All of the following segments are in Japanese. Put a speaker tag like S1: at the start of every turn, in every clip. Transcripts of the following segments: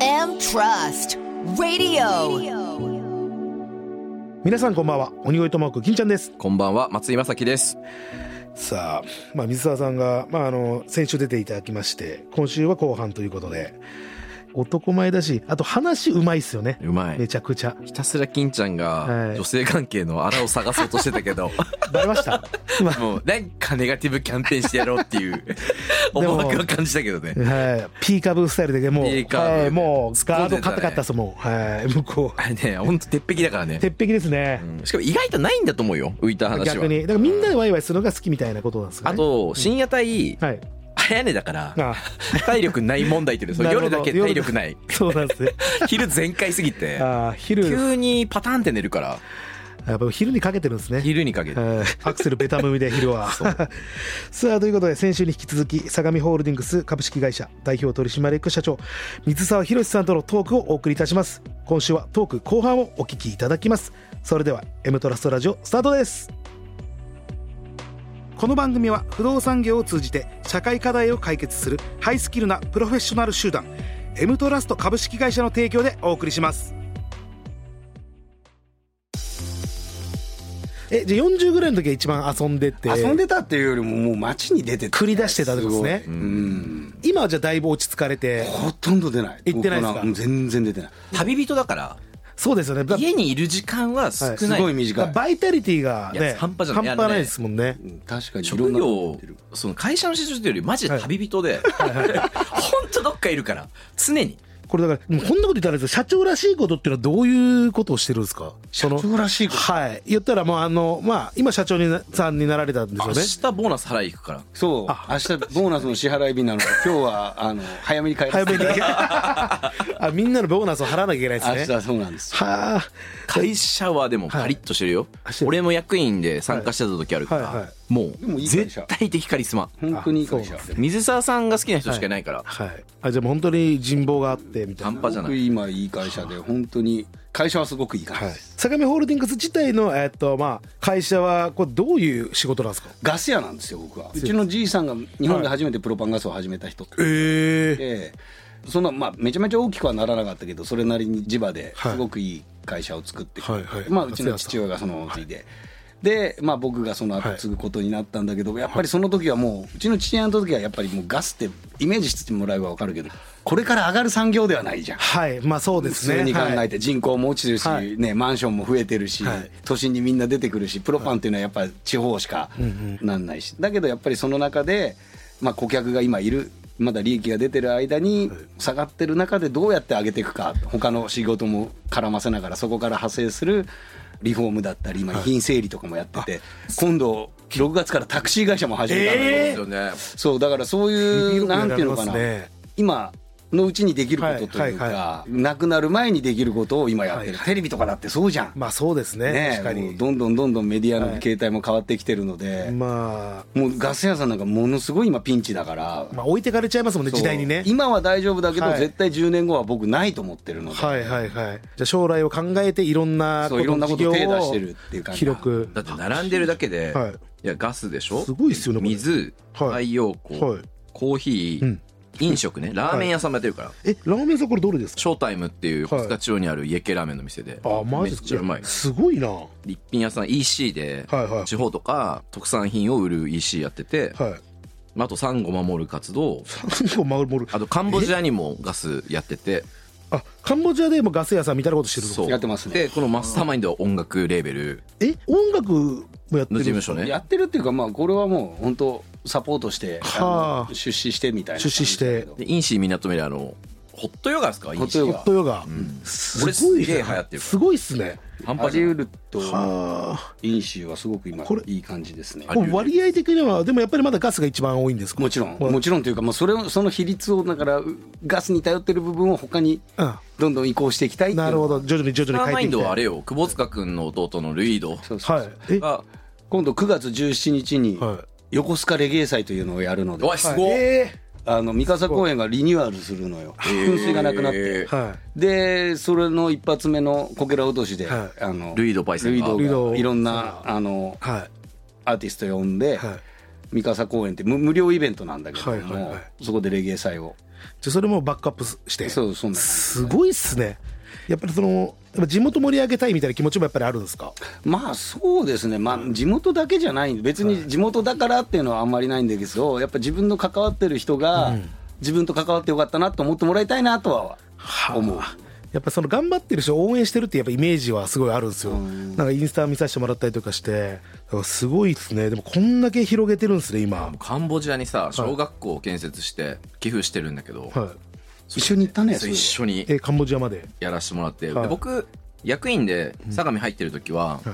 S1: FM Trust Radio.
S2: 皆さんこんばんは鬼越トマホーク金ちゃんです
S3: こんばんは、松井正樹です。
S2: さあ,、まあ水沢さんが、まあ、あの先週出ていただきまして今週は後半ということで男前だしあと話うまいっすよね
S3: うま
S2: め
S3: い。
S2: ちゃくちゃ
S3: ひたすら金ちゃん
S2: は
S3: が
S2: い
S3: 女性関係のあらを探そうとしてた けど、
S2: バレました今
S3: もうなんかネガティブキャンペーンしてやろうっていう思惑は感じたけどね。
S2: はい、ピーカブスタイルでもう、
S3: ピーカブ
S2: はい、もう
S3: 突っ
S2: ガ
S3: 込ん
S2: ー
S3: でたね
S2: ド硬かったっすもう、はい、向こう
S3: あれね、ほんと鉄壁だからね。
S2: 鉄壁ですね、
S3: うんしかも意外とないんだと思うよ、浮いた話は。
S2: 逆にだからみんなでワイワイするのが好きみたいなことなんですか
S3: あ
S2: ね
S3: と、深夜帯、
S2: はい
S3: 早寝だから、
S2: あ
S3: 体力ない問題っていう の
S2: なるほ
S3: 夜
S2: ど
S3: だけ体力ない。
S2: そうなんですね
S3: 昼全開すぎて、
S2: あー昼
S3: 急にパターンって寝るから、
S2: やっぱ昼にかけてるんですね
S3: 昼にかけて。
S2: はいアクセルベタ踏みで昼 は さあということで先週に引き続き相模ホールディングス株式会社代表取締役社長水沢宏さんとのトークをお送りいたします今週はトーク後半をお聞きいただきますそれでは「M トラストラジオ」スタートですこの番組は不動産業を通じて社会課題を解決するハイスキルなプロフェッショナル集団 M トラスト株式会社の提供でお送りしますえじゃあ40ぐらいの時は一番遊んでて
S4: 遊んでたっていうよりももう街に出て
S2: 繰り出してたってことですね
S4: ごいうん
S2: 今はじゃあだいぶ落ち着かれて
S4: ほとんど出ない
S2: 行ってないですか
S4: 僕はうん全然出てない
S3: 旅人だから、
S2: そうですよねだ
S3: 家にいる時間は少
S4: す
S3: ない。
S4: ごい短い
S2: バイタリティが
S3: い
S2: ね
S3: や半端じゃない
S2: 半端ないですもんね
S4: うん確かにいろ
S3: 職
S4: んな
S3: 業その会社の社長というよりマジで旅人で、 ほんとどっかいるから常に
S2: これだからでもこんなこと言ったらあれですけど社長らしいことっていうのはどういうことをしてるんですか
S4: 社
S2: その
S4: 長らしいこと
S2: はい言ったらもうあのまあ今社長になさんになられたんです
S3: 明
S2: よね
S3: 日ボーナス払い行くから
S4: そう明日ボーナスの支払い日なの で今日はあの早めに帰る
S2: 早めに あみんなのボーナスを払わなきゃいけない
S4: 明
S2: で
S4: 日
S2: すね
S4: はそうなんです
S2: はあ
S3: 会社はでもパリッとしてるよ、
S2: はい
S3: 俺も役員で参加してた時あるから、
S2: はいはいはい
S3: も
S4: でも
S3: う
S4: いい会
S3: 絶
S4: 社
S3: 対的カリスマ
S4: 本当にいい会 社
S2: あ
S3: 水沢さんが好きな人しかいないから、
S2: はいあじゃあもう本当に人望があってみたい
S3: 半
S2: な
S3: 端じゃな
S4: 僕
S3: い
S4: 今いい会社で本当に会社はすごくいい会社
S2: はい
S4: です
S2: 相模ホールディングス自体の、えっとまあ、会社はこれどういう仕事なんですか
S4: ガス屋なんですよ僕はうちのじいさんが日本で初めてプロパンガスを始めた人
S2: え
S4: でそんなまあめちゃめちゃ大きくはならなかったけどそれなりに地場で
S2: はい
S4: すごくいい会社を作って、
S2: はいはい
S4: まあ、うちの父親がその継いで、で、まあ、僕がその
S2: は
S4: 後
S2: い
S4: 継ぐことになったんだけど、やっぱりその時はもううちの父親の時はやっぱりもうガスってイメージしてもらえば分かるけどこれから上がる産業ではないじゃん。
S2: はいまあそうで
S4: 普
S2: すね
S4: 通に考
S2: は
S4: え
S2: い
S4: て人口も落ちてるし、
S2: はい
S4: ね、マンションも増えてるし、
S2: はい
S4: 都心にみんな出てくるしプロパンっていうのはやっぱり地方しかなんないし、だけどやっぱりその中で、まあ、顧客が今いるまだ利益が出てる間に下がってる中でどうやって上げていくか他の仕事も絡ませながらそこから派生するリフォームだったり今遺品整理とかもやってて、今度6月からタクシー会社も始めたんだけど
S2: え
S3: ですよね
S4: そうだからそういう
S2: 広く
S4: な
S2: や
S4: ん
S2: ら
S4: て
S2: れ
S4: いうの
S2: ま
S4: か
S2: す
S4: な、
S2: ね
S4: 今のうちにできることというか、
S2: はいはい
S4: なくなる前にできることを今やってる、
S2: はい
S4: テレビとかだってそうじゃん、
S2: まあそうですね
S4: ね
S2: 確か
S4: もう
S2: に
S4: どんどんどんどんメディアの形態も変わってきてるので、
S2: ま
S4: もうガス屋さんなんかものすごい今ピンチだから、
S2: あまあ置いてかれちゃいますもんね
S4: そう
S2: 時代にね
S4: 今は大丈夫だけど、
S2: はい
S4: 絶対10年後は僕ないと思ってるので、
S2: はいはいはいじゃあ将来を考えていろんな
S4: そういろんなこと
S2: 事業を
S4: 手出してるっていう感じ
S2: 広く
S3: だって並んでるだけで、
S2: はい
S3: い、やガスでしょ
S2: すごいっすよねこれ
S3: 水、
S2: はい
S3: 太陽光、
S2: はい
S3: コーヒー、
S2: うん
S3: 飲食ねラーメン屋さんもやってるから、
S2: えラーメンさんこれどれですか
S3: ショータイムっていう
S2: はい
S3: 二日町にある家系ラーメンの店で、
S2: あマジです
S3: め
S2: か
S3: っちゃうまい
S2: やすごいなは
S3: 一品屋さん EC で
S2: はいはい
S3: 地方とか特産品を売る EC やってて、
S2: い
S3: まああとサンゴ守る活動
S2: 3個守る
S3: あとカンボジアにもガスやってて
S2: あカンボジアでもガス屋さんみたいなことしてる
S3: そう
S4: やってますね
S3: でこのマスターマインドは音楽レーベル
S2: え音楽もやって
S3: の
S2: る
S3: 事務所
S4: や
S3: ね
S4: ってるっていうかまあこれはもう本当サポートして、あの
S2: はあ
S4: 出資してみたいな
S2: 出資して
S4: 感じだけど
S3: でインシーみなとみらあのホットヨガですかインシー
S4: ホ
S2: ホ
S4: ッ
S2: ットヨガ、すごい
S3: 俺すげえ流行ってる
S2: すごいっすね
S3: 半
S4: あ
S3: 端じ
S4: り
S3: ゃない
S4: 得る
S2: は
S4: と
S2: あ
S4: 飲酒はすごく今
S2: これ
S4: いい感じですね
S3: あ
S2: もう割合的にはでもやっぱりまだガスが一番多いんですか
S4: もちろん
S2: うん
S4: もちろんというかもうそれをその比率をだからうガスに頼ってる部分を他に
S2: う
S4: どんどん移行していきたいっ
S2: ん、
S4: ていう
S2: なるほど徐々に徐
S3: マスタ
S2: 々に
S3: ーマイ
S2: 変えてい
S3: ン
S2: き
S3: ド
S2: たい
S3: はあれよ窪塚君の弟のルイード
S4: そうそう
S2: はいえ
S3: が
S4: 今度9月17日に
S2: は
S4: 横須賀レゲエ祭というのをやるので
S3: おいすごっ、
S2: え
S4: あの三笠公園がリニューアルするのよ噴水がなくなって
S3: えー
S2: ーはい
S4: でそれの一発目のこけら落としで
S2: は
S4: あの
S3: ルイードパイセ
S4: ル
S3: ン
S4: イ
S3: が
S2: ルイ
S4: ド
S2: ド
S4: がいろんなあの
S2: はい
S4: アーティスト呼んで
S2: はい
S4: 三笠公園って無無料イベントなんだけども、
S2: はいはいはい
S4: そこでレゲエ祭を
S2: じゃあそれもバックアップして
S4: そうそんな
S2: すごいっすねやっぱりそのやっぱ地元盛り上げたいみたいな気持ちもやっぱりあるんですか
S4: まあそうですね、まあ、地元だけじゃない別に地元だからっていうのはあんまりないんだけどやっぱ自分の関わってる人が自分と関わってよかったなと思ってもらいたいなとは思う。
S2: やっぱその頑張ってる人を応援してるってやっぱイメージはすごいあるんですよなんかインスタ見させてもらったりとかしてだからすごいですねでもこんだけ広げてるんですね今
S3: カンボジアにさ小学校を建設して寄付してるんだけど、
S2: はい
S4: 一緒に行ったね
S3: それ一緒に
S2: えカンボジアまで
S3: やらせてもらって、
S2: はい
S3: で僕役員で相模入ってる時
S2: は
S3: は、
S2: い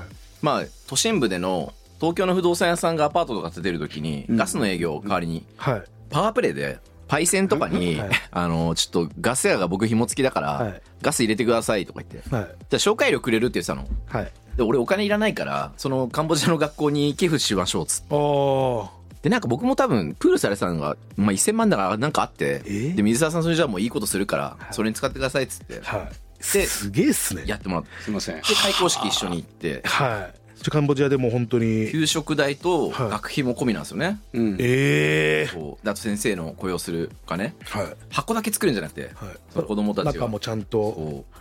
S3: まあ都心部での東京の不動産屋さんがアパートとか建てる時に、ガスの営業を代わりに、
S2: はい
S3: パワープレイでパイセンとかに、
S2: はい
S3: あのちょっとガス屋が僕紐付きだから、
S2: はい
S3: ガス入れてくださいとか言って、
S2: はい
S3: じゃあ紹介料くれるって言ってたの
S2: はい
S3: で俺お金いらないからそのカンボジアの学校に寄付しましょうっつって
S2: ああ
S3: でなんか僕も多分プールされてたのが、まあ、1000万だからなんかあって、
S2: ー
S3: で水沢さんそれじゃあもういいことするからそれに使ってくださいっつって、
S2: はい
S3: です
S2: げえっすね
S3: やってもらって
S4: すいません
S3: で開校式一緒に行って
S2: はいじゃあカンボジアでも本当に
S3: 給食代と
S2: はい
S3: 学費も込みなんですよね、
S4: うん、
S2: ええ
S3: こうであと先生の雇用するお金
S2: はい
S3: 箱だけ作るんじゃなくて、
S2: はい
S3: その子供たちが
S2: 中もちゃんと
S3: こう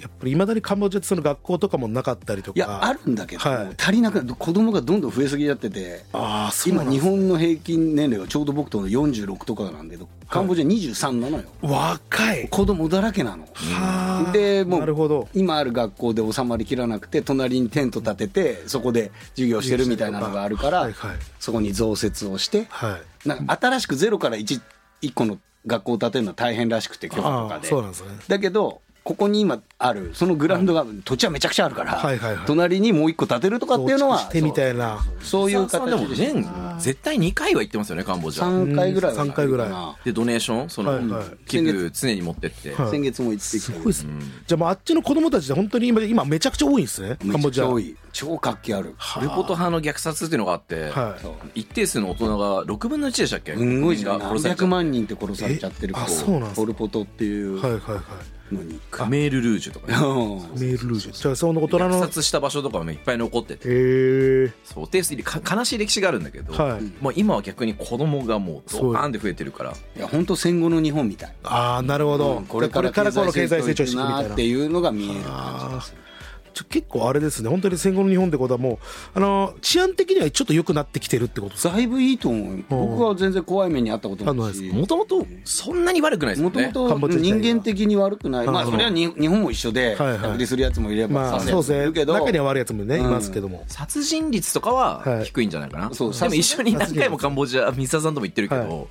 S2: やっぱりいまだにカンボジアってその学校とかもなかったりとか
S4: いやあるんだけど、
S2: はい
S4: 足りなくなる子供がどんどん増えすぎちゃってて
S2: ああそうな
S4: 今
S2: んだ
S4: 日本の平均年齢がちょうど僕との46とかなんだけどカンボジア23なのよ、
S2: 若い
S4: 子供だらけなの。
S2: はあ
S4: でも
S2: なるほ
S4: う
S2: ど
S4: 今ある学校で収まりきらなくて隣にテント建ててそこで授業してるみたいなのがあるか
S2: は
S4: ら
S2: いはい
S4: そこに増設をして
S2: はい
S4: なんか新しくゼロから 1, 一個の学校を建てるのは大変らしくて許可と
S2: あ
S4: か
S2: あ
S4: で
S2: そうなんですね
S4: だけどここに今あるそのグラウンドが土地はめちゃくちゃあるから、
S2: はいはいはい
S4: 隣にもう一個建てるとかっていうのは
S2: 増築してみたいな
S4: そうそういう
S3: さんで
S4: 形
S3: も
S4: で
S3: 年絶対2回は行ってますよねカンボジア
S4: 3回ぐらいは
S2: うん三回ぐらい
S4: あるか
S3: でドネーションそ
S2: はいは
S3: の
S2: い
S3: 器具常に持ってって、
S2: は
S4: な先月も行ってき
S2: す
S4: た
S2: ごいですねじゃあもうあっちの子供たちで本当に今今めちゃくちゃ多いんですねカンボ
S4: めちゃく
S2: ジ
S4: ち
S2: ア
S4: ゃ多い超活気ある
S3: ルポト派の虐殺っていうのがあって、
S2: はい
S4: そう
S3: 一定数の大人が6分の1でしたっけ
S4: すごいじゃん
S3: 国民が殺されちゃ
S4: 600
S3: った
S4: 万人って殺されちゃってる
S2: えあそうなんすか
S4: ポル・ポトっていう
S2: はいはいはい
S4: のに、
S3: クメールルージュとかね
S4: うん
S2: メールルージュじゃあその大人
S3: 虐
S2: の
S3: 殺した場所とかもいっぱい残ってて
S2: へえ
S3: そうでか悲しい歴史があるんだけど、
S2: はい
S3: もう今は逆に子供がもうドカーンって増えてるから
S4: いや本当戦後の日本みたい
S2: ああなるほど
S4: うん
S2: これからこの経済成長していくみ
S4: な
S2: たい
S4: ー
S2: な
S4: っていうのが見える感じでする
S2: ちょ結構あれですね本当に戦後の日本ってことはもうあの治安的にはちょっと良くなってきてるってことです
S4: だいぶいいと思うよ
S2: うん
S4: 僕は全然怖い目にあったことないし
S3: もともとそんなに悪くないですよ
S4: もと
S3: ね
S4: も
S2: カンボ
S4: と
S2: ジア自
S4: 人
S2: 体が
S4: 間的に悪くない、まあ、
S2: うん
S4: それはに日本も一緒で、
S2: はいはい
S4: 隔離するやつもいれ
S2: ま
S4: ば、
S2: あ
S4: 刺す
S2: そう
S4: やつ
S2: です
S4: もいる
S2: ね
S4: けど、
S2: 中には悪いやつもね、
S4: う
S2: い
S4: ん
S2: ますけども
S3: 殺人率とか
S2: は
S3: はい低いんじゃないかな、
S4: そう
S3: でも一緒に何回もカンボジア水田さんとも言ってるけど、
S2: は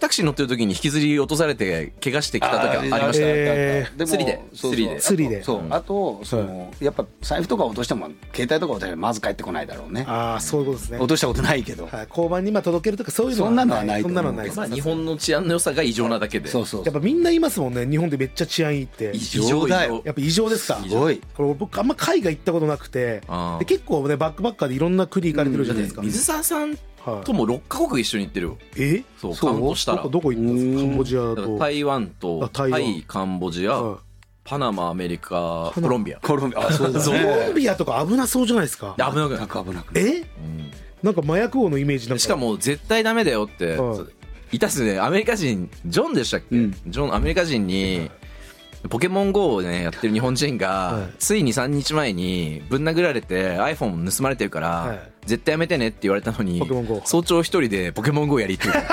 S3: タクシー乗ってる時に引きずり落とされて怪我してきた時はありました
S2: ね
S3: よ
S2: え
S4: あ
S2: ー
S4: っ
S3: ス
S4: たあったあったでも
S3: リで
S4: そうそう
S3: スリで
S2: スリで
S4: そう
S3: うん
S4: あとそのやっぱ財布とか落としても携帯とか落としてもまず帰ってこないだろうね
S2: ああそういうことですね
S4: 落としたことないけど
S2: はい、交番に今届けるとかそういうの
S4: そんなのはない
S2: そんなのはないで
S4: と
S2: す
S3: まあ、日本の治安の良さが異常なだけで
S4: そうそう
S2: やっぱみんな言いますもんね日本でめっちゃ治安いいって
S3: 異常だよ
S2: やっぱ異常ですか
S3: 異
S4: すごい
S2: これ僕あんま海外行ったことなくて
S3: あー
S2: で結構ねバックバッカーでいろんな国行かれてるじゃないですか、
S3: 水沢さん
S2: はい
S3: とも6カ国一緒に行ってるよ
S2: え
S3: そう
S4: そう
S3: カウントした
S2: ど
S3: ら
S2: こどこ行ったんですか
S4: うーん
S2: カンボジア
S3: だから
S2: と
S3: 台湾と
S2: あ台
S3: タ
S2: 湾
S3: イカンボジア
S2: は
S3: パナマアメリカ
S2: パナマ
S3: コロンビア
S4: コロンビアあそうだ
S2: いコロン
S4: ね
S2: ビアとか危なそうじゃないですか
S3: で危なくな
S4: ないんか危なくない
S2: えなんか麻薬王のイメージなんか
S3: しかも絶対ダメだよって、
S2: はい
S3: い、たっすねアメリカ人ジョンでしたっけ、
S4: うん
S3: ジョンアメリカ人にポケモン GO をねやってる日本人が、
S2: はい
S3: ついに3日前にぶん殴られて iPhone 盗まれてるから、
S2: はい
S3: 絶対やめてねって言われたのに
S2: ポケモン GO
S3: 早朝一人でポケモン GO やりって言って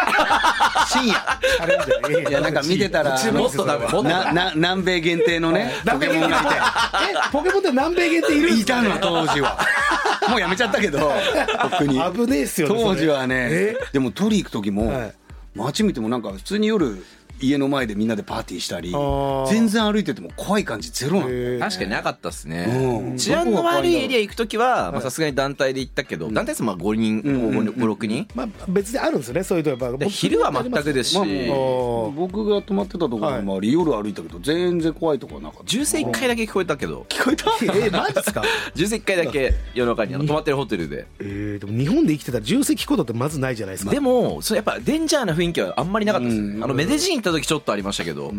S4: 深夜
S2: あれじゃねえよ
S4: いやなんか見てたら
S2: 違う
S4: も
S3: っとダメ
S2: 違う
S3: もっとダメ
S4: なな南米限定のねポ
S2: 南
S4: ケ
S2: 米限
S4: モンが
S2: 定えポケモンって南米限定いるんで
S4: い
S2: す
S4: た
S2: かね
S4: の当 時はもうやめちゃったけど特に
S2: 危ねえっすよねそれ
S4: 当時はね
S2: え
S4: でも取り行く時も、
S2: はい
S4: 街見てもなんか普通に夜家の前でみんなでパーティーしたり
S2: あー
S4: 全然歩いてても怖い感じゼロなの、
S2: えー
S3: 確かになかったっす
S4: う
S3: ね
S4: ん
S3: 治安の悪いエリア行く時はまあさすがに団体で行ったけど団体ですまあ5人56人
S2: まあ別であるんですよねそういうとやっぱ
S3: で昼は全くです
S4: まあ
S3: し
S2: も
S4: 僕が泊まってたところの周り、夜歩いたけど全然怖いとこはなかった
S3: 銃声1回だけ聞こえたけど
S4: 聞こえた
S2: えマジですか
S3: 銃声1回だけ夜中にあの泊まってるホテルで
S2: えー、でも日本で生きてたら重責行くことってまずないじゃないですか
S3: でもそれやっぱデンジャーな雰囲気はあんまりなかったです
S4: うん
S3: ねあのメデジーンった時ちょっとありましたけど、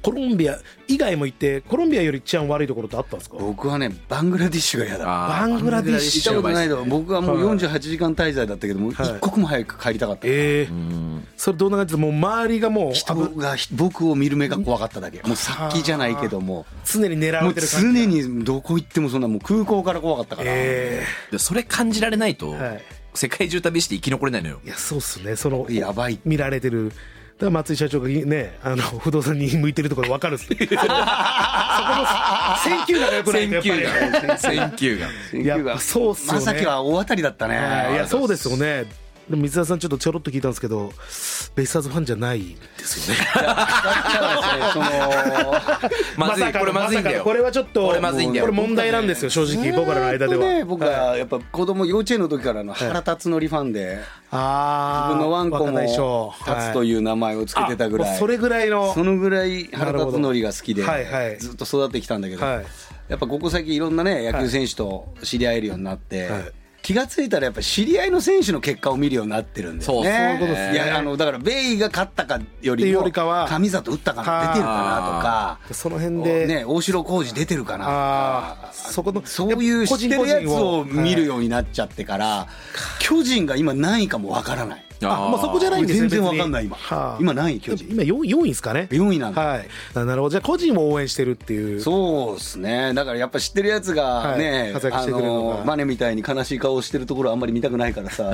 S2: コロンビア以外も行ってコロンビアより治安悪いところってあったんですか
S4: 僕はねバングラディッシュが嫌だ
S3: あー
S2: バングラディッ
S4: 行っ
S2: シ
S4: た
S2: ュ
S4: ことない
S3: バングラディッシュやば
S4: の僕はもう
S2: はい
S4: 48時間滞在だったけどもう
S2: はい
S4: 一刻も早く帰りたかった、
S2: ええ
S3: っすねうん
S2: それどんな感じでもう周りがもう
S4: 人
S2: あぶ
S4: が僕を見る目が怖かっただけもう殺気じゃないけども
S2: 常に狙わ
S4: も
S2: れ
S4: う
S2: てる感じ
S4: 常にどこ行ってもそんなもう空港から怖かったから、
S2: え
S3: でそれ感じられないと、
S2: えはい
S3: 世界中旅して生き残れないのよ
S2: いやそうっすねその
S4: やばい
S2: 見られてるだから松井社長がねあの不動産に向いてるところ分かるっす ねそこの選球が良くないとやっぱり
S3: 選球眼
S4: い
S2: やっぱそうっすよね
S4: まさきは大当たりだったね
S2: はいいやそうですよねでも水田さんちょっとちょろっと聞いたんですけどベイスターズファンじゃないですよね
S4: だからね その
S3: まずい
S2: さか
S3: これまずいん
S2: さか
S3: だよ
S2: これはちょっと
S3: これまずいんだよ
S2: これ問題なんですよ正直僕らの間で
S4: ずーっと
S2: は
S4: ね僕はやっぱ子供幼稚園の時からの原辰徳ファンで
S2: あ
S4: 自分のワンコ
S2: 若大将
S4: も
S2: は
S4: 達
S2: い
S4: という名前をつけてたぐ
S2: あ
S4: ら
S2: もう
S4: い
S2: それぐらいの
S4: そのぐらい原辰徳が好きで
S2: なるほどはいはい
S4: ずっと育ってきたんだけど
S2: はい
S4: やっぱここ先いろんなね野球選手と知り合えるようになって
S2: はい
S4: 気がついたらやっぱ知り合いの選手の結果を見るようになってるんだよ
S3: そうそうい
S4: ね
S3: うことですね
S4: やあのだからベイが勝ったかよ
S2: ってい
S4: り
S2: うよ
S4: も
S2: りかは
S4: 上里打ったかな出てるかなとか
S2: その辺で、
S4: ね大城浩二出てるかなとか
S2: ああそこの
S4: そういう知ってるやつを見る
S2: よ
S4: ようになっちゃってから、巨人が今何位かもわからない。
S2: あもうそこじゃないんですね
S4: 全然
S2: 別
S4: わ
S2: に
S4: かんない今
S2: はあ。
S4: 今何位巨
S2: で
S4: 人。
S2: も今4位四位ですかね
S4: 4位なんだ。
S2: はいあなるほどじゃあ個人を応援してるっていう
S4: そうですね。だからやっぱ知ってるやつが
S2: はい
S4: ね、
S2: 活躍し
S4: あ
S2: てくれるのが
S4: のマネみたいに悲しい顔をしてるところあんまり見たくないからさ、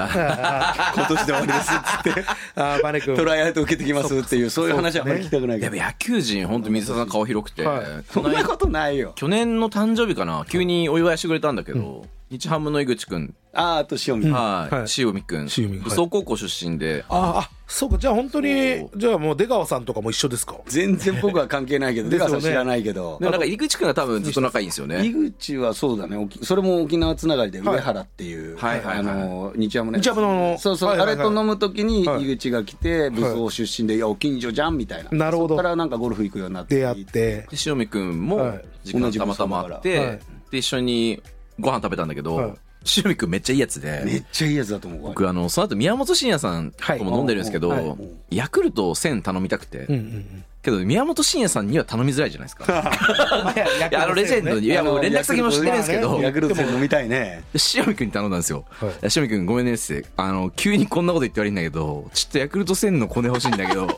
S4: 今年で終わりですっつっ
S2: あーバネ君
S4: て、 トライアウト受けてきますっていうそういう話はあんまり聞きたくない
S3: で
S4: け
S3: も
S4: ど。
S3: 野球人本当水田さん顔広くて、
S2: はい
S4: そんなことないよ。
S3: 去年の誕生日かな急にお祝いしてくれたんだけど、日ハムの井口くん、
S4: あーあと塩見。
S3: はい
S2: はい
S3: 塩見くん
S2: 塩見はい
S3: 武装高校出身で、
S2: ああそうかじゃあ本当に
S3: そ
S2: じゃあもう出川さんとかも一緒ですか
S4: 全然僕は関係ないけど、出川さん
S2: ですよ
S4: 知
S2: ね
S4: らないけど。
S3: でもなんか井口くんが多分ずっと仲いいんですよね
S4: 井口はそうだね沖それも沖縄つながりで上原っていう、
S3: はいはい
S4: あ
S3: はいはい
S4: の日ハムね
S2: 日ハムの
S4: そうそう、
S2: はいはいはい
S4: あれと飲む時に
S2: はい
S4: 井口が来て武装出身で「いやお近所じゃん」みたいな
S2: なるほど
S4: そっからなんかゴルフ行くようになって
S2: 出会って
S3: で塩見くん
S2: は
S3: も
S2: い
S3: 時間たまたまあって、
S2: はい
S3: で一緒にご飯食べたんだけど、
S2: はい
S3: 塩見くんめっちゃいいやつで、
S4: めっちゃいいやつだと思うわ
S3: 僕あのその後宮本慎也さんとも飲んでるんですけど、
S2: はい
S4: はい
S3: ヤクルト1000頼みたくて、
S2: うんうん
S3: けど宮本慎也さんには頼みづらいじゃないですかいやあのレジェンドにいやもう連絡先も知ってるんですけど、
S4: ヤクルト戦飲みたいね
S3: で塩見くんに頼んだんですよ、
S2: はい
S3: いや塩見くんごめんねっつってあの急にこんなこと言って悪いんだけどちょっとヤクルト1000のコネ欲しいん だけど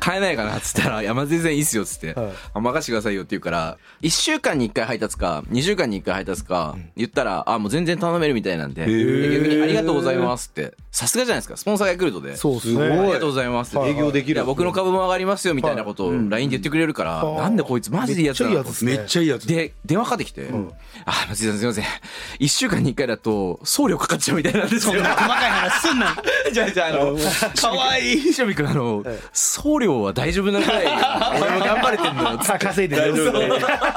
S3: 買えないかなっつったら山全然いいっすよっつって、
S2: はい
S3: あ任してくださいよって言うから1週間に1回配達か2週間に1回配達か言ったらあもう全然頼めるみたいなんでで逆にありがとうございますってさすがじゃないですかスポンサーがヤクルトで
S2: そうっすね
S3: ありがとうございます
S2: はい営業
S4: できる
S3: いや僕の株も上がりますよみたいなことを LINE で言ってくれるから、
S2: うん
S3: なんでこいつマジでいいやつだなと
S2: め
S3: 思
S2: っ
S3: って
S2: ちゃいいやつ
S4: めっちゃいいや
S3: で、
S4: つ
S3: 電話かかってきて、あ、松井さんすいません。一週間に一回だと、送料かかっちゃうみたいなんですよ。
S4: 細かい話すんな
S3: じゃあ、じゃあ、あの、かわいい。塩見君、あの、送料は大丈夫なぐらい、俺も頑張れてんだよ。
S2: さあ 稼いでる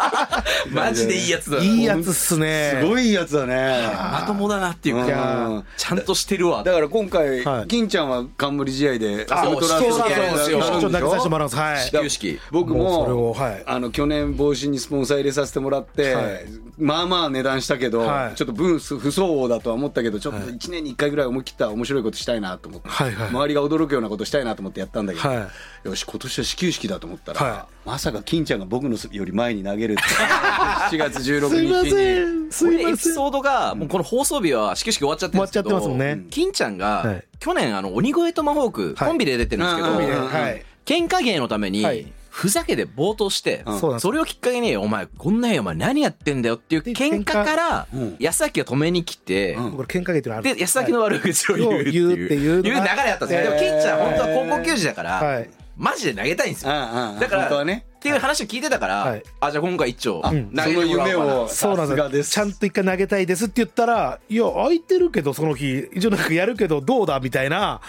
S3: マジでいいやつだな。
S2: いいやつっすね
S4: すごいいいやつだね
S3: まともだなっていう
S4: いや
S3: か
S4: ー、
S3: ちゃんとしてるわ。
S4: だから今回、
S2: はい
S4: 金ちゃんは冠試合で
S3: あ
S4: ウルトラス
S3: そう
S4: ト
S3: そう
S4: ゲーム
S3: そうそう
S4: やるん
S2: ちょっと
S4: で
S2: だ
S4: し
S2: け
S4: ょ
S2: させてもらいますはい
S3: 始球式。
S4: 僕も
S2: もうそれをはい
S4: あの去年帽子にスポンサー入れさせてもらって、
S2: はい
S4: まあまあ値段したけど、
S2: はい
S4: ちょっとブース不相応だとは思ったけどちょっと1年に1回ぐらい思い切った面白いことしたいなと思って、
S2: はいはい
S4: 周りが驚くようなことしたいなと思ってやったんだけど、
S2: は
S4: よし今年は始球式だと思ったら、
S2: は
S4: まさか金ちゃんが僕のより前に投げるって 7月16
S2: すいま
S4: 日
S2: せ
S4: に。
S2: ん
S3: こ
S2: すい
S3: れエ
S2: ま
S3: ピ
S2: せん
S3: ソードが、もうこの放送日は始球式終わっちゃってるんですけど、
S2: 終わっちゃってますもんね
S3: 金ちゃん
S2: は
S3: が
S2: い、
S3: 去年、あの、鬼越トマホーク、
S2: はい
S3: コンビで出てるんですけど、
S4: うんうんうんうん
S2: はい
S3: 喧嘩芸のため
S2: はい
S3: に、ふざけて暴投して、
S4: うん
S2: そうなんです
S3: それをきっかけに、お前、こんなやお前何やってんだよっていう喧嘩から
S4: うん、
S3: 安崎が止めに来て
S4: う、ん
S2: これ喧嘩芸っていうのある
S3: で、安崎の悪口を言うって
S2: はい
S3: いう、
S2: 言うっていう
S3: 流
S2: の
S3: れ
S2: が
S3: だったんですよ。でも、
S2: えー
S3: 金ちゃん、本当は高校球児だか
S2: は
S3: ら
S2: い、
S3: マジで投げたいんですよ。
S4: ああああ
S3: だから、
S4: 本当はね
S3: っていう話を聞いてたか
S2: は
S3: ら
S2: い、
S3: あ、じゃあ今回一丁、
S4: あ
S3: 投げ
S4: その
S3: てもら
S4: 夢
S3: おうかな
S4: を
S2: そう
S4: さ
S2: なん
S4: すが
S2: で
S4: ですす
S2: ちゃんと一回投げたいですって言ったら、いや、空いてるけど、その日、一応なんかやるけど、どうだみたいな、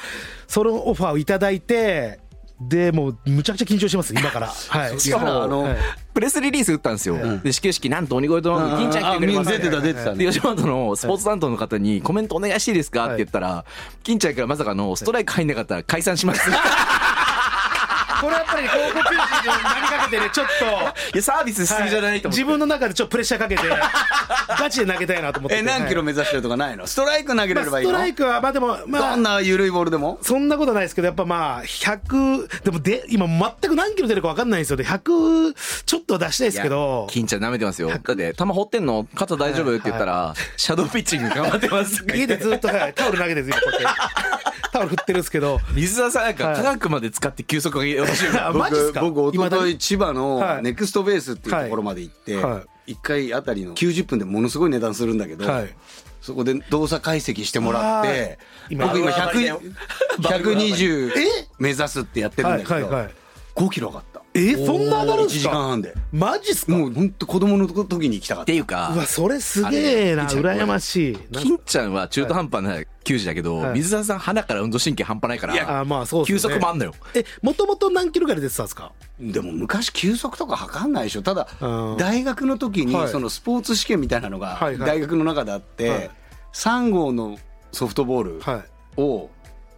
S2: そのオファーをいただいて、で、もう、むちゃくちゃ緊張してます、今から。はい。
S3: しかも
S2: いや
S3: あの
S2: はい
S3: プレスリリース打ったんですよ。で、始球式、なんと鬼越トマホーク、金ちゃん来てくれます
S4: あ出てた出てた
S3: で吉本のスポーツ担当の方にコメントお願いしていいですかって言ったら、金ちゃんからまさかのストライク入んなかったら解散します。
S2: これやっぱりね広告収支になりかけてねちょっと
S3: いや、サービスしすぎじゃないと思って。
S2: 自分の中でちょっとプレッシャーかけて ガチで投げたいなと思ってて
S4: え、何キロ目指してるとかないのストライク投げ
S2: まあ
S4: れれ
S2: ス
S4: ばいい
S2: ト
S4: の
S2: ライクはまあでもま
S4: ど
S2: あ
S4: んな緩いボールでも
S2: そんなことはないですけど、やっぱまあ、100、でもで、今全く何キロ出るか分かんないんですよね。100、ちょっとは出したいですけど、
S3: 金ちゃん舐めてますよ。だって、球掘ってんの肩大丈夫って言ったら、シャドーピッチング頑張って ますとか言
S2: 家
S3: って。
S2: でずっと、はい、タオル投げてるんですよ、今こう やって。タオル振ってるんですけど、
S3: 水田さんなんか
S2: はい
S3: 科学まで使って休息がよろしい
S2: あ
S3: な。
S2: マジっすか
S4: 僕、僕一
S2: 未だ
S4: 昨
S2: に
S4: 日千葉
S2: は
S4: の
S2: い
S4: ネクストベースっていうところまで行って、
S2: はいは
S4: 1回あたりの90分でものすごい値段するんだけど、
S2: はい
S4: そこで動作解析してもら
S2: は
S4: っ
S2: い
S4: て、
S2: 今
S4: 僕今
S3: バグ上が
S4: 100
S3: り
S4: 120目指すってやってるんだけど、
S2: はいはいはい
S4: 5キロ上がった。
S2: えそんな上がるん
S4: 1
S2: です
S4: 時間
S2: か
S4: 半で。
S2: マジっすか
S4: もう本当子供の時に行きたかっ
S3: って
S4: た。
S3: いうか
S2: う、わ、それすげえな、
S3: あれ
S2: 羨ましい。なんか
S3: 金ちゃんは中途半端な球児だけど、
S2: はい
S3: 水田さん鼻から運動神経半端ないから、
S4: いや
S2: あまあそうですね
S3: 休息もあんのよ。
S2: え、もともと何キロぐらい出てたんですか
S4: でも昔休息とか測んないでしょただ
S2: うん
S4: 大学の時
S2: は
S4: に
S2: い
S4: そのスポーツ試験みたいなのが
S2: はいはい
S4: 大学の中であっ
S2: はい
S4: て3号のソフトボール
S2: は
S4: を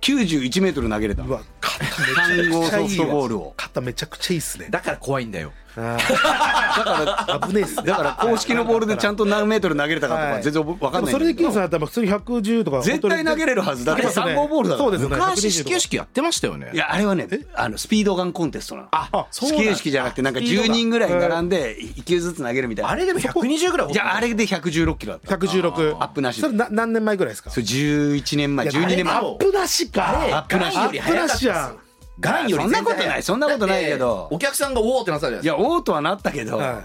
S4: 91メートル投げれた
S2: い。うわ、肩
S4: 3号ソフトボールを
S2: 肩めちゃくちゃいいっすね。
S3: だから怖いんだよ。
S2: あ
S4: だから
S2: ー危ねえっすね
S4: だから公式のボールでちゃんと何メートル投げれたかと
S2: は
S4: か
S2: い
S4: 全然わかん
S2: でも
S4: ない
S2: そ
S4: ん
S2: れ
S4: だ
S2: で
S4: け
S2: 金さん
S4: ど
S2: だったら普通に110とか
S4: 絶対投げれ
S2: る
S4: るはずだって3号ボールだ
S2: そうですね
S3: 昔
S2: 120
S3: 始
S2: と
S3: 球
S2: か
S3: 式やってましたよね。
S4: いやあれはねあのスピードガンコンテストなの
S3: あ、そう
S4: 始
S3: なんだ
S4: 球式じゃなくてなんか
S2: スピードガン
S4: 10人ぐらい並んで1球ずつ投げるみたいな
S3: あれでも120ぐらい
S4: いやあれで116キロだった
S2: 116
S4: アップなし
S2: それな何年前ぐらいですか
S4: それ11年前
S2: いや
S4: 12年前
S2: アップなしか
S3: あれ
S4: アップなし
S2: アップなしやん
S3: ガンより
S4: そんなことないそんなことないけど
S3: お客さんがおおってなさる
S4: い
S3: じゃ
S4: や王とはなったけど、
S2: はい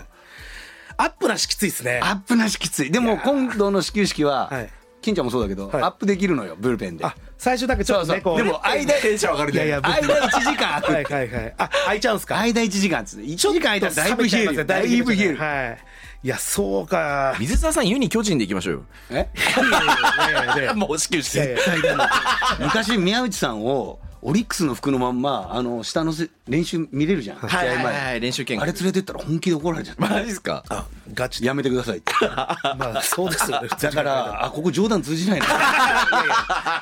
S2: アップなしきついっすね
S4: アップなしきついでも今度の始球式は、
S2: はい
S4: 金ちゃんもそうだけど、
S2: はい
S4: アップできるのよブルペンで
S2: あ最初だけち
S4: そ
S2: ょ
S4: う
S2: っと
S4: そう
S2: ねこう
S4: でも間テンション上がる
S2: いやいや
S4: 間1時間
S2: は
S4: 空
S2: い
S4: く
S2: はいはいあ開いちゃうんすか
S4: 間1時間っつって1時間空いたらだいぶ冷えるよだいぶ冷える
S2: はいいやそうか
S3: あ水沢さん、ユニ巨人で行きましょうよ。
S4: え
S2: いやいやいやいや
S3: もう始球式
S2: いやいや
S4: 昔宮内さんをオリックスの服のまんまあの下のせ練習見れるじゃん、
S3: はいはい
S4: 試合
S3: はい
S4: 前
S3: はい、練習見
S4: あれ連れてったら本気で怒られちゃった
S3: マジっすかあ
S2: ガチで
S4: やめてくださいって
S2: まあそうですよね普通
S4: だ
S2: に考
S4: か
S2: えた
S4: らあここ冗談通じないな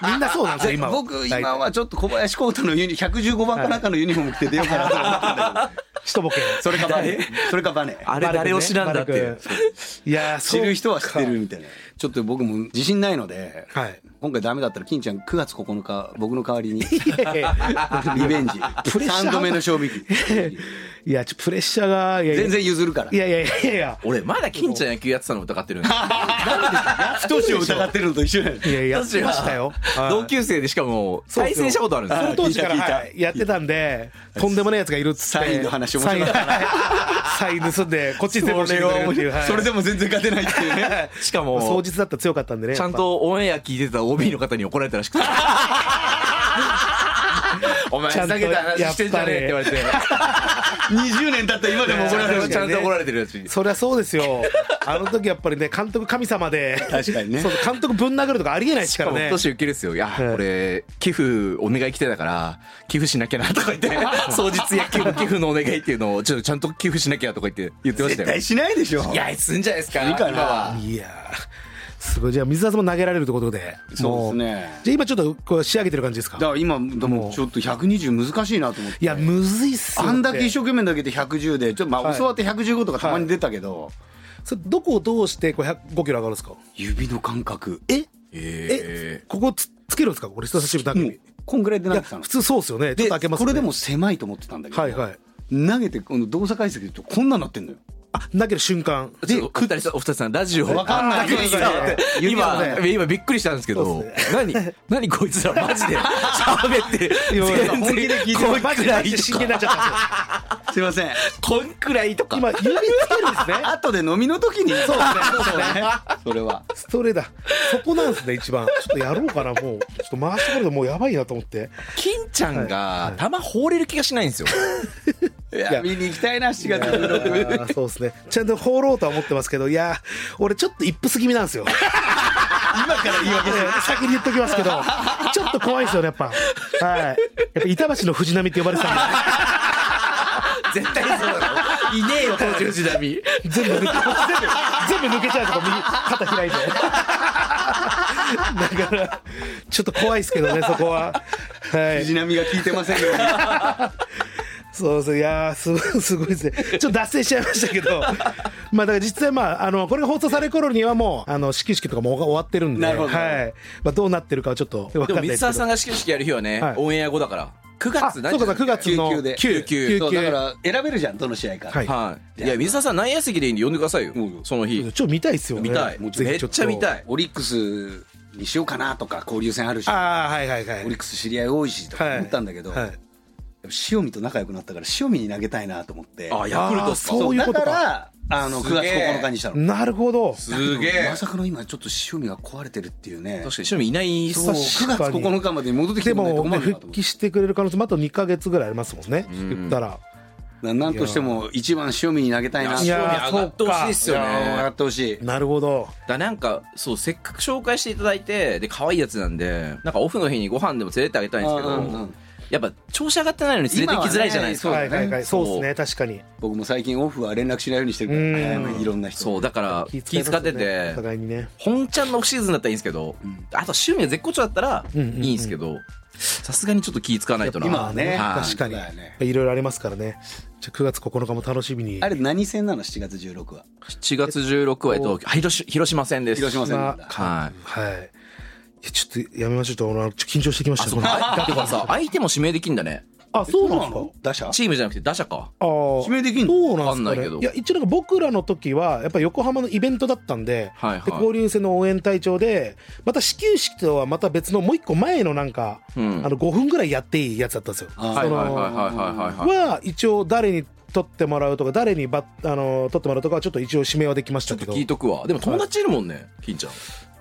S2: みんなそうなんですよ今
S4: 僕今はちょっと小林コートのユニ115番かなんかのユニフォーム着て出ようかなと思ったんだけど、
S2: 一ボケ
S4: それかバネそれかバネ
S3: あれ誰を知らんだっていう
S2: バルクねいやそ
S4: 知
S2: う
S4: る人は知ってるみたいなちょっと僕も自信ないので、
S2: はい
S4: 今回ダメだったら金ちゃん9月9日僕の代わりにリ
S2: いやいや
S4: ベンジ
S2: プレッシャー
S4: 3度目の賞味期
S2: いやちょプレッシャーがいやいや
S4: 全然譲るから
S2: いやいやいやいや
S3: 俺、まだ金ちゃん野球やってたの疑ってるんで。
S4: 太しを疑ってるのと一緒だよ
S2: いやいややってましたよはい
S3: 同級生でしかも、
S2: そうっ
S3: 対
S2: すよ
S3: 戦したことあるんです
S2: その
S3: よ。
S2: 当時から
S4: 聞いた
S2: は
S4: 聞い
S2: いやってたんでとんでもないやつがいるっつって
S4: サインの話面白かった
S2: サインサイン盗んでこっちに全部
S4: そ
S2: 教えて
S4: れは
S2: くれる
S4: 面
S2: っていう
S4: 白い
S2: はい
S4: それでも全然勝てないっていうね
S3: しか
S2: まあ
S3: も
S2: 双、日だったら強かったんでね
S3: ちゃんとオンエア聞いてた OB の方に怒られたらしくて。お前、
S2: ちゃ
S3: ふ
S2: んと
S3: ざけた話してんじゃねえって言われて。
S4: 20年経った今でも怒られ
S2: いやい
S4: る
S2: やい
S3: ち
S2: や
S3: ゃんと怒られてるやつに。
S2: そりゃそうですよあの時やっぱりね監督神様で
S4: 確かにね
S2: そう監督ぶん殴るとかありえないですからね
S3: 今年受けるっすよ。いや、
S2: い
S3: 俺、寄付お願い来てたから、寄付しなきゃなとか言 って、双日野球の寄付のお願いっていうのを、ちょっとちゃんと寄付しなきゃとか言って、言ってましたよ
S4: 絶対。しないでしょ
S3: いや、すんじゃないですか、
S4: いいかな
S3: 今は。
S2: いやーすごいじゃあ水田さんも投げられるってことで
S4: そうで
S2: もう
S4: すね
S2: じゃあ今ちょっとこう仕上げてる感じですか
S4: だから今でもちょっと120難しいなと思って
S2: いやむずいっすよ
S4: あんだけ
S2: って
S4: 一生懸命投げて110でちょっとま
S2: は
S4: あ
S2: い
S4: 教わって115とかたまに出たけど、
S2: それどこをどうしてこう100 5キロ上がるんですか
S4: 指の感覚
S2: え
S3: え
S2: えここつつけるんですかこれ人差し指だけ
S4: も
S2: に
S4: うこんぐらいで投
S2: い
S4: げ
S2: や
S4: てたの
S2: 普通そうですよねちょっ
S4: で
S2: と開けます
S4: こ
S2: よね
S4: れでも狭いと思ってたんだけど、
S2: はいはい
S4: 投げてこの動作解析でこんなになってんのよ
S2: あ投げる瞬間
S3: で、お二人さん、お二人さん、ラジオ。
S4: わかんな
S3: あ
S4: い
S3: びっくりした
S4: わかんない
S2: わかん
S3: 今、
S2: な
S3: 今びっくりしたんですけ
S2: そうっ
S3: ど、何、何こいつらマジ で喋っ
S2: や
S3: て、
S2: いや
S3: 全
S2: 本
S3: 然
S2: 気で聞いて
S3: こん
S2: マジ
S3: く
S2: で
S3: ら
S2: マ
S3: い
S2: ジで真剣に
S3: とか、
S2: なっちゃった
S4: すいません
S3: こんくらいとか。
S2: んですよ今指つけるんですね
S4: 後で飲みの時にそうねそうねそれは
S2: ストレーだそこなんですね一番ちょっとやろうかなもうちょっと回してこれでもうやばいなと思って
S3: 金ちゃんが、球放れる気がしないん ですよ。
S4: いや
S2: いや
S4: 見に行きたいな7月
S2: いや
S4: 16
S2: ーそうですねちゃんと放ろうとは思ってますけどいやー俺ちょっと一歩気味なんですよ
S4: 今から言い訳する
S2: 先に言っときますけどちょっと怖いですよねやっぱはいやっぱ板橋の藤波って呼ばれてたんで
S3: 絶対そうだろ。いねえよ、当時藤波。
S2: 全部抜け、全部、全部抜けちゃうとこ、右、肩開いて。だから、ちょっと怖いですけどね、そこは。はい。
S4: 藤波が聞いてませんよ
S2: そうそういやーすごいすごいですねちょっと脱線しちゃいましたけどまあだから実際まああのこれが放送される頃にはもうあの始球式とかも終わってるんで
S4: なるほど
S2: はいまあ、どうなってるかはちょっと分
S3: で
S2: かんな
S3: も
S2: いで
S3: 水
S2: す
S3: 沢
S2: けど
S3: さんが始球式やる日はね、
S2: はい
S3: オンエア後だから9
S2: あ
S3: 月
S2: そうか
S3: 何時
S2: そうか
S3: だっ
S2: 9
S3: け
S2: 月の
S4: 救急で
S3: 救急
S2: 救
S4: そうだから選べるじゃんどの試合か、
S2: はい
S3: はいいや水沢さん内野席でいいんで呼んでくださいよ
S4: もう
S3: その日
S2: ちょっと見たいですよね
S3: 見たいめ
S2: ぜひょ
S3: っちゃ見たい
S4: オリックスにしようかなとか交流戦あるし
S2: ああはいはいはい
S4: オリックス知り合い多いしとか思ったんだけど、
S2: はいはい
S4: 塩見と仲良くなったから塩見に投げたいなと思って
S3: あヤクルトっす
S2: あー
S3: か
S2: そういうことか
S4: だからあの
S3: す
S4: 9
S3: げ
S4: 月
S3: え
S4: 9日にしたの
S2: なるほど
S3: すげえ
S4: まさかの今ちょっと塩見が壊れてるっていうね
S3: 確かに趣味いないっす
S4: そう
S3: ね
S4: 9
S2: 確
S4: 月
S2: かに
S4: 9日まで戻ってき
S2: で
S4: てもね
S2: も、ね、
S4: 困るなと
S2: 復
S4: 思って
S2: 帰してくれる可能性もあと2か月ぐらいありますもんね言ったら
S4: ななんとしても一番塩見に投げたいな
S2: や
S3: いや上がってほしいっすよ
S4: いやー上が
S3: ね
S4: ってほしい
S2: なるほど
S3: だなんかそうせっかく紹介していただいてで可愛いやつなんでなんかオフの日にご飯でも連れてってあげたいんですけど、
S4: うんうんうん
S3: やっぱ調子上がってないのに連れて行きづらいじゃないですか、
S4: そう
S2: は
S4: だ
S2: い
S4: ね
S2: はいはいそうですね確かに
S4: 僕も最近オフは連絡しないようにしてるから
S2: うん
S4: ねいろんな人
S3: そうだから気使って
S2: いますよね
S3: て
S2: お互いにね
S3: 本ちゃんのオフシーズンだったらいいんですけど、あと趣味が絶好調だったらいいんですけどさすがにちょっと気使わないとな
S4: 今はね
S3: はい
S2: 確かに
S4: だよね
S2: いろいろありますからねじゃあ9月9日も楽しみに
S4: あれ何戦なの7月16は
S3: 7月16日、えっと、広し広島戦です
S4: 広島戦なんだ
S3: はい
S2: はいいやちょっとやめましょうちょっと俺ちょっと緊張してきまし
S3: あ
S2: た
S3: そうだだってかさ相手も指名できんだね
S2: あそうなんですか
S4: 打者
S3: チームじゃなくて打者か
S2: あー
S4: 指名できんの
S2: そうなん
S3: わかん
S2: で
S3: ない
S2: す
S3: け
S2: かね
S3: ど
S2: いや一応なんか僕らの時はやっぱ横浜のイベントだったんで,、
S3: はいはい
S2: で交流戦の応援隊長でまた始球式とはまた別のもう一個前のなんか、
S3: うん
S2: あの5分ぐらいやっていいやつだったんですよ。
S4: あ
S3: はい
S2: その
S3: はいはいはいはいはいはい
S2: は一応誰に取ってもらうとか誰にバッあの取ってもらうとかはちょっと一応指名はできまし
S3: ちょ
S2: た
S3: っ
S2: け
S3: と
S2: ど
S3: 聞いとくわでも友達いるもんね金ちゃん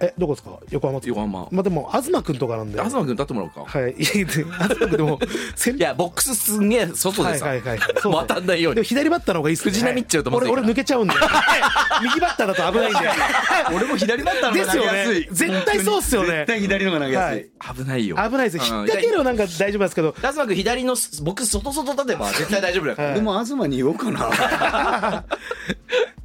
S2: えどこですか横浜とか
S3: 横浜
S2: まあでも東君とかなんで
S3: 東君立ってもらおうか
S2: はいい やいや東君でも先
S3: いやボックスすんげえ外でさ、
S2: はいはいはいそうそう
S3: もう当たんないよう
S2: でも
S3: に
S2: 左バッターの方がいいっすね
S3: 藤浪っちゃうとまずい
S2: 俺
S3: から
S2: 俺抜けちゃうんで 右バッターだと危ないんで
S4: 俺も左バッ ター
S2: で
S4: の方が
S2: す
S4: 投げ
S2: よ
S4: やすい
S2: ね絶対そうっすよね
S4: 絶対左の方が投げやすい
S3: 危ないよ
S2: 危ないですよ引っ掛けるはなんか大丈夫なんですけど
S3: 東君左のボックス外外立てば絶対大丈夫だから
S2: はい
S4: でも東に言おうかな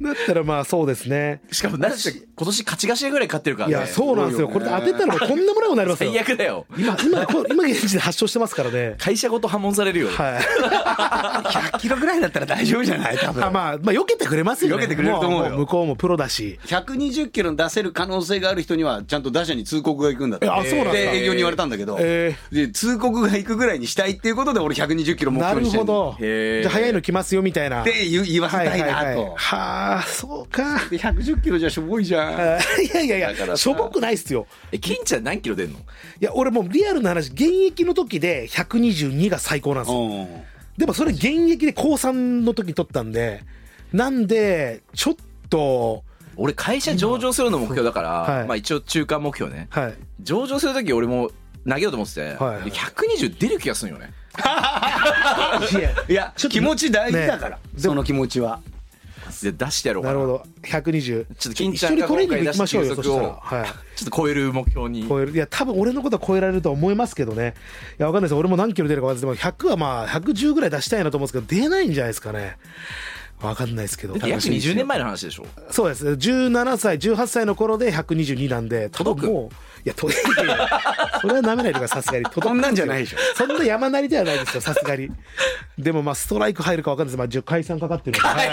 S2: だったらまあそうですね
S3: しかもなぜ今年勝ち頭ぐらい勝ってるから
S2: い
S3: ね
S2: やそうなんですよ
S4: す
S2: こ
S4: ごい
S2: れ
S4: よ
S2: で
S4: ね
S2: 当てたらもうとんでもないことになりますよ
S3: 最悪だよ
S2: 今今こ今現地で発症してますからね
S3: 会社ごと破門されるよ、
S2: はい
S4: 100キロぐらいだったら大丈夫じゃない多分
S2: あまあ、まあ、避けてくれますよね。
S4: 避けてくれると思うよ
S2: もも向こうもプロだし。
S4: 120キロ出せる可能性がある人にはちゃんと打者に通告が行くんだって
S2: えあそうなんだ
S4: で営業に言われたんだけど、
S2: え
S4: で通告が行くぐらいにしたいっていうことで俺120キロ目
S2: な
S4: 標
S2: る
S4: にして
S2: ほ
S4: んの
S2: ど。
S3: 目標にしてんのへー
S2: じゃあ早いの来ますよ、みたいな。
S4: って言う言わせ
S2: は
S4: た
S2: いはいいはい
S4: なと、
S2: はあ、そう か。
S4: で110キロじゃしょぼいじゃん、
S2: あいやいや
S4: だ
S2: い
S4: か
S2: や、
S4: らさ
S2: しょぼくないっすよ。
S3: え金ちゃん何キロ出んの
S2: いや、俺もうリアルな話、現役の時で122が最高なんですよ。
S4: うん
S2: でもそれ現役で高3の時に取ったんで、なんで、ちょっと、
S3: 俺会社上場するの目標だから、
S2: はい
S3: まあ一応中間目標ね
S2: はい。
S3: 上場する時俺も投げようと思ってて、
S2: はい
S3: で120出る気がするよね
S2: いや
S4: いや
S2: ちょっと
S4: 気持ち大事だから、
S2: ね
S4: その気持ちは
S3: で出してやろうか
S2: な
S3: な
S2: るほど。120。
S3: ちょっと金ち
S2: 一
S3: ゃ
S2: 緒
S3: ん
S2: に
S3: が
S2: トレー
S3: 今
S2: ニング
S3: 回出
S2: 行きま
S3: し
S2: しょ
S3: て
S2: うよ、
S3: る
S2: そ
S3: 曲
S2: した
S3: を
S2: ら。はい。
S3: ちょっと超える目標に
S2: 超えるいや多分俺のことは超えられるとは思いますけどねいやわかんないです俺も何キロ出るか分かんないですでも100はまあ110ぐらい出したいなと思うんですけど出ないんじゃないですかねわかんないですけど
S3: だって約20年前の話でしょ
S2: そうです17歳18歳の頃で122なんで
S3: 届く
S2: 多分もういや届く よそれはなめないとかさすがに届く
S4: そんなんじゃないでしょ
S2: そんな山なりではないですよさすがにでもまあストライク入るかわかんないですまあ10解散かかってるんではい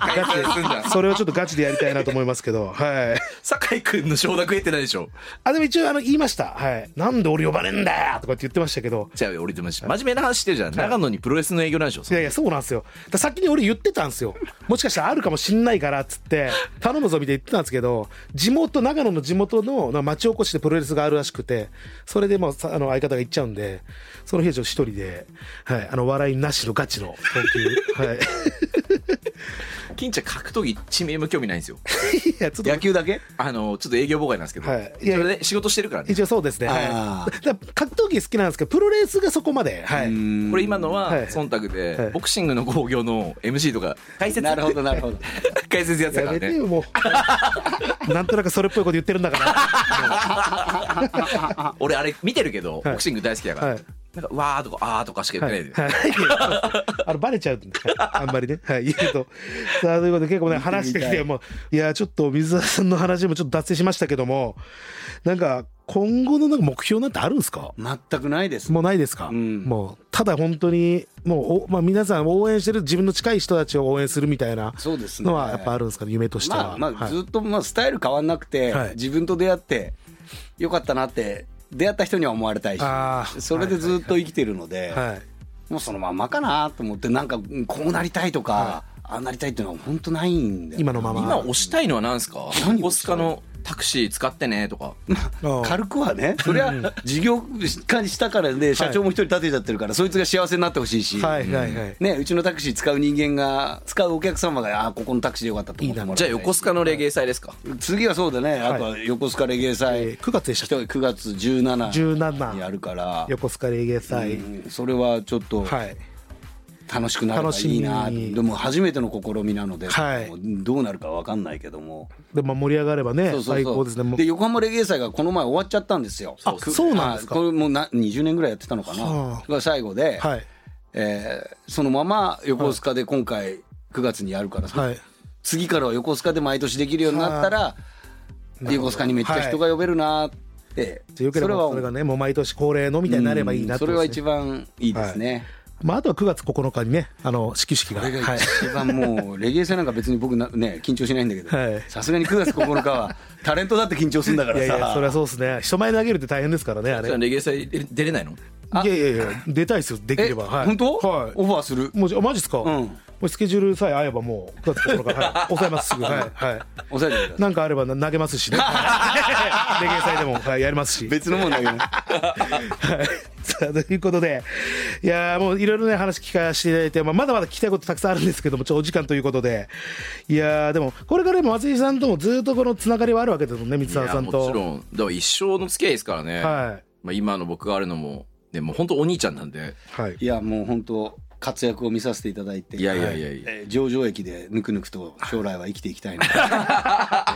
S2: ガチでそれをちょっとガチでやりたいなと思いますけどはい
S3: 酒井君の承諾得てないでしょ
S2: あでも一応あの言いました、はい、なんで俺呼ばれんだよとかって言ってましたけど、
S3: じゃあ俺でも真面目な話してるじゃん長野にプロレスの営業なんでしょ
S2: いやいや、そうなんですよ、だから先に俺言ってたんですよ、もしかしたらあるかもしんないからっつって、頼むぞみたいに言ってたんですけど、地元、長野の地元のなんか町おこしでプロレスがあるらしくて、それでもうさあの相方が行っちゃうんで、その日はちょっと一人で、はい、あの笑いなしのガチの投球、はい、 い
S3: 金ちゃん格闘技一名も興味ないんですよ
S2: や、ちょっと
S4: 野球だけ
S3: あのちょっと営業妨害なんですけど、
S2: はい
S3: それで仕事してるからね
S2: 一応そうですね、
S4: あ
S2: はい、だから格闘技好きなんですけど、プロレスがそこまで、はい、
S3: これ今のは
S2: はい
S3: 忖度で、
S2: はい
S3: ボクシングの興行の MC とか解説
S4: なるほどなるほど
S3: 解説やってた
S2: や
S3: か
S2: め
S3: ら
S2: て
S3: ね
S2: よもう なんとなくそれっぽいこと言ってるんだ から
S3: 俺あれ見てるけど、
S2: はい
S3: ボクシング大好きだから、
S2: はい
S3: なんかわーとかあーとかしか言ってないで、
S2: はい、あのバレちゃうんで、はいあんまりね、はい、言うと。さあということで、結構ね、話してき
S4: 見てみた
S2: て、
S4: い
S2: もう、いや、ちょっと水沢さんの話もちょっと脱線しましたけども、なんか、今後のなんか目標なんてあるんですか
S4: 全くないです
S2: もうないですか、
S4: うん
S2: もうただ本当にもうお、まあ、皆さん応援してる自分の近い人たちを応援するみたいな
S4: そうですね
S2: のはやっぱあるんですかね夢として
S4: ま
S2: は、
S4: あま
S2: は
S4: あ
S2: い
S4: ずっとまあスタイル変わんなくて、
S2: はい
S4: 自分と出会ってよかったなって出会った人には思われたいし
S2: あー
S4: それでずっと生きてるので、
S2: はい、
S4: もうそのまんまかなと思ってなんかうんこうなりたいとか、ああなりたいっていうのは本当ないんで
S2: 今のまま
S3: 今押したいのは何ですか
S4: 何
S3: 横須賀のタクシー使ってねとか
S2: ああ
S4: 軽くはねそれは事業化したからで社長も一人立てちゃってるから、そいつが幸せになってほしいし、
S2: はいはいはい、
S4: ね、うちのタクシー使う人間が使うお客様があーここのタクシーでよかったと思ってもらい
S3: じ
S4: た
S3: ゃ
S4: い
S3: あ横須賀のレゲエ祭ですか
S4: 次はそうだねあとは横須賀レゲエ祭、
S2: えー9月でしたっ
S4: 9月17
S2: 17
S4: にやるから、
S2: 横須賀レゲエ祭、
S4: うんそれはちょっと
S2: はい
S4: 楽しくなればいいな
S2: 楽しみに
S4: でも初めての試みなので、
S2: はい
S4: もうどうなるかわかんないけども
S2: でまあ盛り上がればね
S4: そうそう
S2: 最
S4: そ
S2: 高
S4: う
S2: ですねもう
S4: で横浜レゲエ祭がこの前終わっちゃったんですよ
S2: あそうなんですか
S4: はいこれもうな20年ぐらいやってたのかな、
S2: はあ
S4: が最後で、
S2: はい
S4: えーそのまま横須賀で今回9月にやるから、
S2: はい
S4: 次からは横須賀で毎年できるようになったら横須賀にめっちゃ人が呼べるなって、
S2: じゃあよければそれがねもう毎年恒例のみたいになればいいな
S4: うん
S2: ってこ
S4: それ
S2: と
S4: は
S2: です
S4: 一
S2: ね
S4: 番いいですね、
S2: まああとは9月9日にねあの始球式が
S4: これ
S2: は
S4: が
S2: い
S4: 一番もうレゲエ戦なんか別に僕なね緊張しないんだけど
S2: はい
S4: さすがに9月9日はタレントだって緊張するんだか
S2: いや
S4: ら
S2: い やそれ
S4: さ
S2: はそうですね人前投げるって大変ですからねあ
S3: じ
S2: れ
S3: ゃあレゲエ祭出れないの
S4: あ
S2: いやいやいや出たいですよでき
S4: え
S2: ればはい
S4: 本当
S2: はい
S4: オファーする
S2: もうじゃあマジっすか、
S4: うん
S2: もうスケジュールさえ合えばもう9月9日から、 はい、抑えますすぐはいはい
S4: 抑えてください
S2: なんかあればな投げますし ねはいレゲエ祭でも、はい、やりますし
S4: 別のもんだけど
S2: さあということでいやーもういろいろね話聞かせていただいて、まあ、まだまだ聞きたいことたくさんあるんですけどもちょっとお時間ということでいやーでもこれからも松井さんともずっとこのつながりはあるわけですもんね三
S3: い
S2: 沢
S3: や
S2: さん
S3: も
S2: と
S3: ちろんだから一生の付き合いですからね、
S2: はい
S3: まあ、今の僕があるのもでもう本当お兄ちゃんなんで
S2: はい
S4: いやもう本当活躍を見させていただいて
S3: いやいやいやいや、
S4: えー上場駅でぬくぬくと将来は生きていき たいな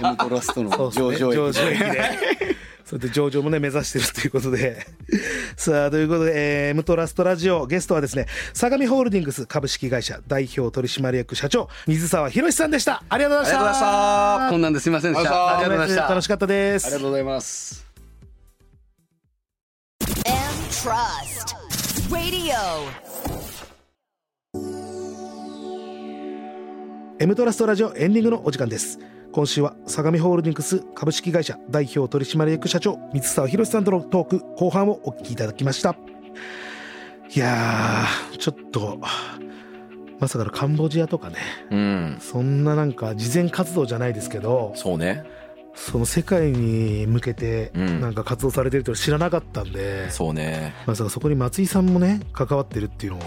S4: M コロストの
S2: そう
S4: 上
S2: ですね
S4: 場
S2: 上
S4: 駅
S2: 場
S4: で
S2: 駅 で。それで上場もね、目指してるということで。 さあ、ということで、えー、M トラストラジオ、ゲストはですね、相模ホールディングス株式会社代表取締役社長、水沢博さんでした。ありがとうございました。
S4: こんなんですいませんでしたありがとうございましたあ
S2: 楽しかったです。
S4: りがとうございます。
S1: M Trust Radio.
S2: M トラストラジオエンディングのお時間です今週は相模ホールディングス株式会社代表取締役社長三沢博さんとのトーク後半をお聞きいただきましたいやーちょっとまさかのカンボジアとかね
S3: うん
S2: そんななんか慈善活動じゃないですけど
S3: そうね
S2: その世界に向けて
S3: うん
S2: なんか活動されてるっていうの知らなかったんで、
S3: そうね
S2: まさかそこに松井さんもね関わってるっていうのを、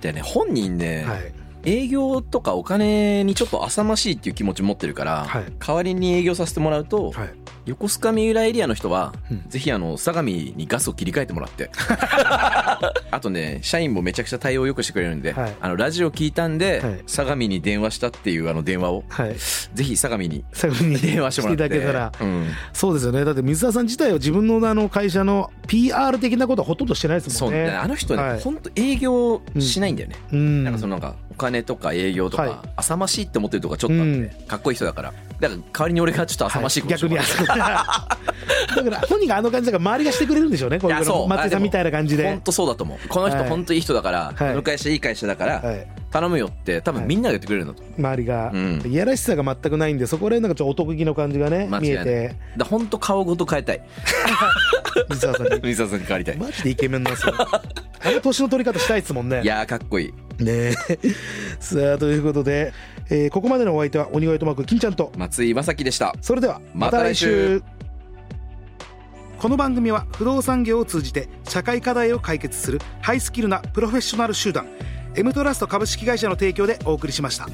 S3: でね本人ね、
S2: はい、
S3: 営業とかお金にちょっと浅ましいっていう気持ち持ってるから、
S2: はい
S3: 代わりに営業させてもらうと、
S2: はい、
S3: 横須賀三浦エリアの人は、
S2: うん
S3: ぜひあの相模にガスを切り替えてもらって あとね社員もめちゃくちゃ対応よくしてくれるんで、
S2: はい
S3: あのラジオ聞いたんで、
S2: はい
S3: 相模に電話したっていうあの電話を
S2: はい、
S3: ぜひ相模に
S2: 最後に
S3: 電話してもらって
S2: いただけたら
S3: うん
S2: そうですよねだって水田さん自体は自分のあの会社の PR 的なことはほとんどしてないです
S3: そ
S2: も
S3: うん
S2: ね
S3: ねあの人
S2: は
S3: ね
S2: い
S3: 本当営業しないんだよね、
S2: うん
S3: なんかそのなんかお金とか営業と
S2: は
S3: か浅ましいって思ってるとこがちょっとあってかっこいい人だからだから代わりに俺がちょっと浅ましい
S2: は
S3: こ
S2: い
S3: として
S2: 逆
S3: も
S2: に
S3: らっ
S2: だか
S3: て
S2: ら本人があの感じ だから周りがしてくれるんでしょうねこういう
S3: そ
S2: の
S3: う
S2: 松井さんみたいな感じ
S3: 本
S2: で
S3: 当そうだと思うこの人
S2: はい
S3: 本当いい人だから、
S2: はい
S3: この会社いい会社だから、
S2: はい
S3: 頼むよって多分みんなが言ってくれるんだと思う、
S2: 周りが、
S3: うん
S2: いやらしさが全くないんでそこら辺なんかちょっとお得意の感じがね
S3: 間
S2: 見
S3: 違い
S2: え
S3: ない
S2: て
S3: だ本当顔ごと変 えたい
S2: 水田さんに
S3: 水沢さんに変わりたい
S2: マジでイケメンなんです よあの年の取り方したいですもんね
S3: いやーかっこいい
S2: ねえさあということで、えーここまでのお相手は鬼越トマく金ちゃんと
S3: 松井正樹でした
S2: それでは
S3: また来週
S2: この番組は不動産業を通じて社会課題を解決するハイスキルなプロフェッショナル集団 M トラスト株式会社の提供でお送りしました。